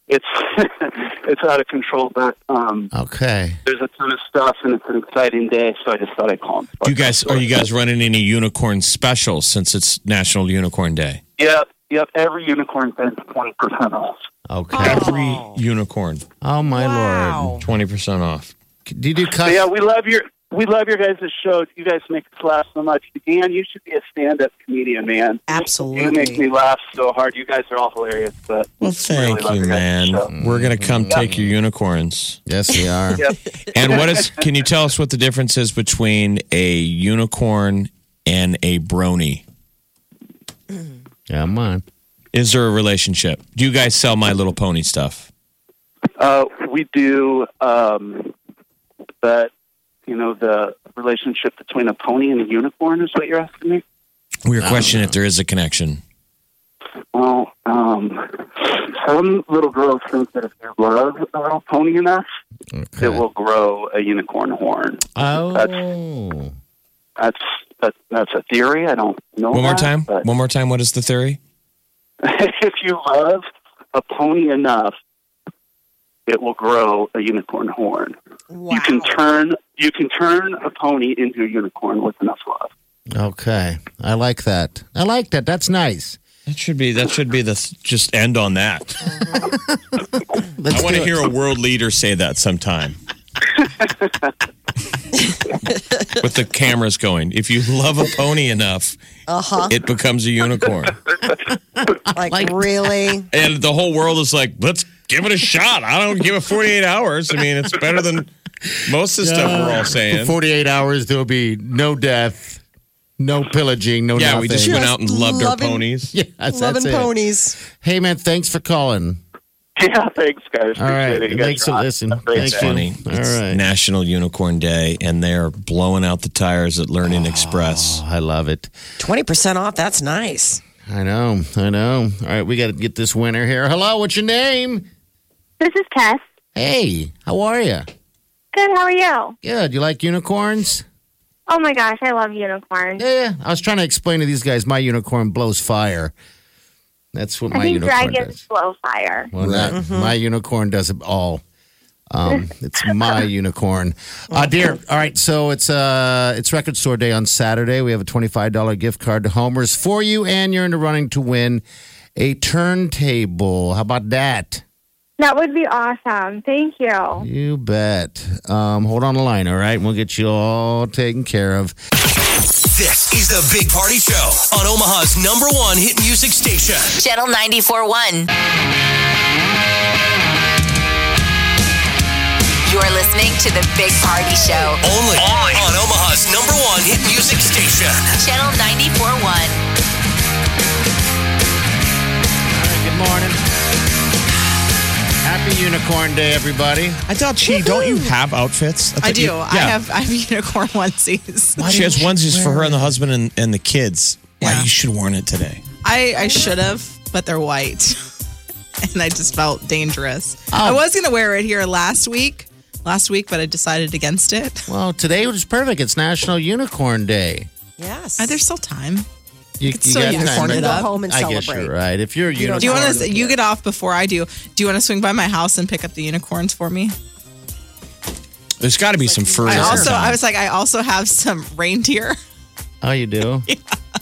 Speaker 8: It's [laughs] it's out of control, but um,
Speaker 4: Okay.
Speaker 8: there's a ton of stuff, and it's an exciting day. So I just thought I'd call. and
Speaker 3: Do you guys are you guys running any unicorn specials since it's National Unicorn Day?
Speaker 8: Yep, yep. Every unicorn spends twenty percent off.
Speaker 4: Okay.
Speaker 3: Unicorn,
Speaker 4: Oh, my Lord.
Speaker 3: twenty percent off.
Speaker 4: Do you do
Speaker 8: But
Speaker 4: custom?
Speaker 8: yeah, we love your we love your guys' show. You guys make us laugh so much. Dan, you should be a stand up comedian, man.
Speaker 2: Absolutely.
Speaker 8: You make me laugh so hard. You guys are all hilarious, but
Speaker 3: Well, thank
Speaker 8: love
Speaker 3: you,
Speaker 8: your guys' show.
Speaker 3: man. We're gonna come take your unicorns.
Speaker 4: Yes, we are.
Speaker 8: Yep.
Speaker 3: And what is? Can you tell us what the difference is between a unicorn and a brony?
Speaker 4: Yeah, mine.
Speaker 3: Is there a relationship? Do you guys sell My Little Pony stuff?
Speaker 8: Uh, we do um, but you know, the relationship between a pony and a unicorn is what you're asking me?
Speaker 3: We were questioning if there is a connection.
Speaker 8: Well, um, some little girls think that if you love a little pony enough, it will grow a unicorn horn.
Speaker 4: Oh.
Speaker 8: That's that, that's a theory. I don't know.
Speaker 3: One more
Speaker 8: that,
Speaker 3: time.
Speaker 8: but-
Speaker 3: One more time. What is the theory?
Speaker 8: [laughs] if you love a pony enough, it will grow a unicorn horn.
Speaker 2: Wow.
Speaker 8: You can turn you can turn a pony into a unicorn with enough love. [laughs]
Speaker 4: Okay. I like that. I like that. That's nice.
Speaker 3: That should be. That should be the just end on that. I
Speaker 4: Let's
Speaker 3: want to
Speaker 4: do it.
Speaker 3: hear a world leader say
Speaker 2: [laughs]
Speaker 3: that sometime. With the cameras going. If you love a pony enough,
Speaker 2: Uh huh.
Speaker 3: it becomes a unicorn.
Speaker 2: Like, really?
Speaker 3: And the whole world is like, let's give it a shot. I don't give it 48 hours. I mean, it's better than most of the stuff we're all
Speaker 4: For
Speaker 3: saying.
Speaker 4: 48 hours, there'll be no death, no pillaging, no
Speaker 3: Yeah,
Speaker 4: nothing.
Speaker 3: we just
Speaker 4: [laughs]
Speaker 3: went
Speaker 2: Just
Speaker 3: out and loved our
Speaker 2: loving-
Speaker 3: ponies.
Speaker 4: Yes, that's
Speaker 2: Loving
Speaker 4: it.
Speaker 2: ponies.
Speaker 4: Hey, man, thanks for calling.
Speaker 8: Yeah, thanks, guys.
Speaker 4: All
Speaker 8: Appreciate
Speaker 4: right.
Speaker 8: it. You guys
Speaker 4: Thanks for
Speaker 8: rock.
Speaker 4: listening.
Speaker 8: Have a
Speaker 4: Thank
Speaker 8: great day.
Speaker 4: you.
Speaker 3: Funny.
Speaker 4: All
Speaker 3: It's
Speaker 4: right.
Speaker 3: National Unicorn Day, and they're blowing out the tires at Learning Express.
Speaker 4: I love it.
Speaker 2: 20% off. That's nice.
Speaker 4: I know. I know. All right, we got to get this winner here. Hello, what's your name?
Speaker 7: This is Tess.
Speaker 4: Hey, how are you?
Speaker 7: Good, how are you?
Speaker 4: Good. You like unicorns?
Speaker 7: Oh my gosh, I love unicorns.
Speaker 4: Yeah. I was trying to explain to these guys my unicorn blows fire. That's what
Speaker 7: I
Speaker 4: my
Speaker 7: think Mm-hmm.
Speaker 4: unicorn
Speaker 7: dragons
Speaker 4: does.
Speaker 7: blow fire.
Speaker 4: Well, not- my unicorn does it all.
Speaker 7: [laughs]
Speaker 4: Um, it's my unicorn. Uh, dear, all right. So it's uh, it's record store day on Saturday. We have a twenty five dollar gift card to Homer's for you, and you're in the running to win a turntable. How about that?
Speaker 7: That would be awesome. Thank you.
Speaker 4: You bet. Um, hold on the line, all right? We'll get you all taken care of.
Speaker 6: This is the Big Party Show on Omaha's number one hit music station.
Speaker 1: Channel 94.1. You're listening to The Big Party Show.
Speaker 6: Only, Only. on Omaha's number one hit music station.
Speaker 1: Channel 94.1.
Speaker 4: Good morning. Happy Unicorn Day, everybody.
Speaker 3: I thought she, don't you have outfits?
Speaker 9: I
Speaker 3: thought
Speaker 9: do.
Speaker 3: you-
Speaker 9: I have I have [laughs] unicorn onesies.
Speaker 3: She has onesies for her and the husband and, and the kids. Why you should have worn it today.
Speaker 9: I, I should have, but they're white. [laughs] and I just felt dangerous.
Speaker 4: Oh.
Speaker 9: I was gonna wear it here last week. Last week, but I decided against it. [laughs]
Speaker 4: Well, today was perfect. It's National Unicorn Day.
Speaker 2: Yes.
Speaker 9: Uh, There's still time.
Speaker 4: You,
Speaker 9: It's so unicorn
Speaker 4: but
Speaker 9: it up.
Speaker 2: home and
Speaker 4: I guess
Speaker 2: celebrate.
Speaker 4: you're right. If you're a unicorn,
Speaker 9: Do you want to? You get off before I do. Do you want to swing by my house and pick up the unicorns for me?
Speaker 3: There's got to be some fur.
Speaker 9: I
Speaker 3: in her
Speaker 9: also,
Speaker 3: tongue.
Speaker 9: I was like, I also have some reindeer. [laughs]
Speaker 4: oh, you do.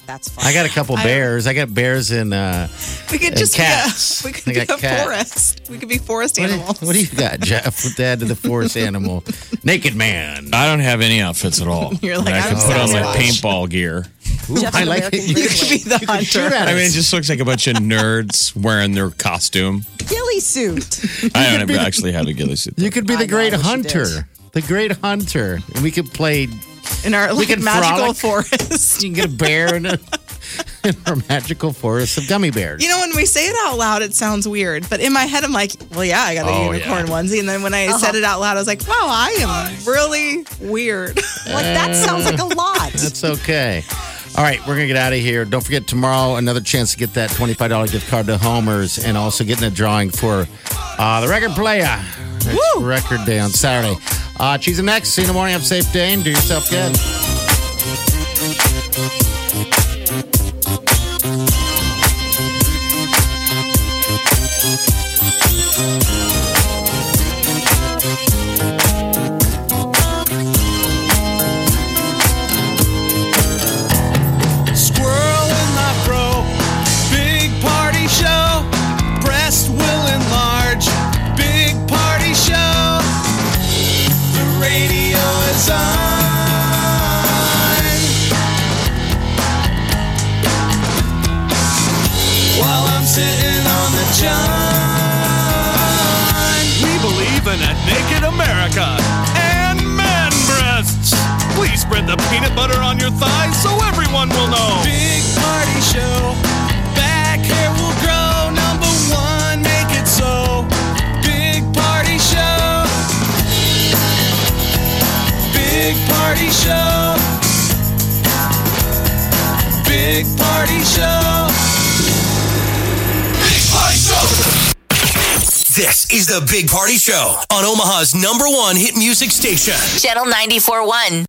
Speaker 2: That's fine.
Speaker 4: I got a couple bears. I got bears in. Uh,
Speaker 9: We could
Speaker 4: And
Speaker 9: just
Speaker 8: [laughs]
Speaker 4: cats.
Speaker 9: be a, we
Speaker 4: They
Speaker 9: could be a
Speaker 4: got cats.
Speaker 9: forest. We could be forest
Speaker 4: what, do,
Speaker 9: animals.
Speaker 4: what do you got, Jeff? With that to the forest animal, naked man.
Speaker 3: I don't have any outfits at all.
Speaker 9: [laughs] You're like,
Speaker 3: I
Speaker 9: I'm
Speaker 3: could put on like
Speaker 9: Sasquatch.
Speaker 3: paintball
Speaker 9: [laughs]
Speaker 3: gear.
Speaker 4: Ooh, I like it. You
Speaker 9: You could be the
Speaker 4: can shoot
Speaker 9: hunter.
Speaker 4: at
Speaker 3: I mean, it
Speaker 4: us.
Speaker 3: just looks like
Speaker 9: [laughs]
Speaker 3: a bunch of nerds wearing their costume.
Speaker 2: Ghillie suit.
Speaker 3: I don't actually have a ghillie suit.
Speaker 4: You could be the
Speaker 2: I know,
Speaker 4: great
Speaker 2: I wish you
Speaker 4: hunter. The great hunter. And we could play
Speaker 9: in our like,
Speaker 4: can
Speaker 9: magical
Speaker 4: frolic.
Speaker 9: forest. [laughs]
Speaker 4: you can get a bear in, a, [laughs] in our magical forest of gummy bears.
Speaker 9: You know, when we say it out loud, it sounds weird. But in my head, I'm like, well, yeah, I got a
Speaker 4: Oh, Uh-huh.
Speaker 9: unicorn onesie. And then when I said it out loud, I was like, wow, I am really weird. [laughs]
Speaker 2: like, that sounds like a lot.
Speaker 4: That's okay. All right, we're going to get out of here. Don't forget tomorrow, another chance to get that $25 gift card to Homer's and also getting a drawing for uh, the record player. It's Record day on Saturday. Uh, cheese and next. See you in the morning. Have a safe day and do yourself good.
Speaker 6: Squirrel in my bro. Big party show. Breast will enlarge. Big party show. The radio is on. While I'm sitting on the john. We believe in a naked America and man breasts. Please spread the peanut butter on your thighs so everyone will know. Big party show. Back hair will grow. Number one, make it so. Big party show. Big party show. Big party show. Big party show. This is the Big Party Show on Omaha's number one hit music station.
Speaker 1: Channel 94.1.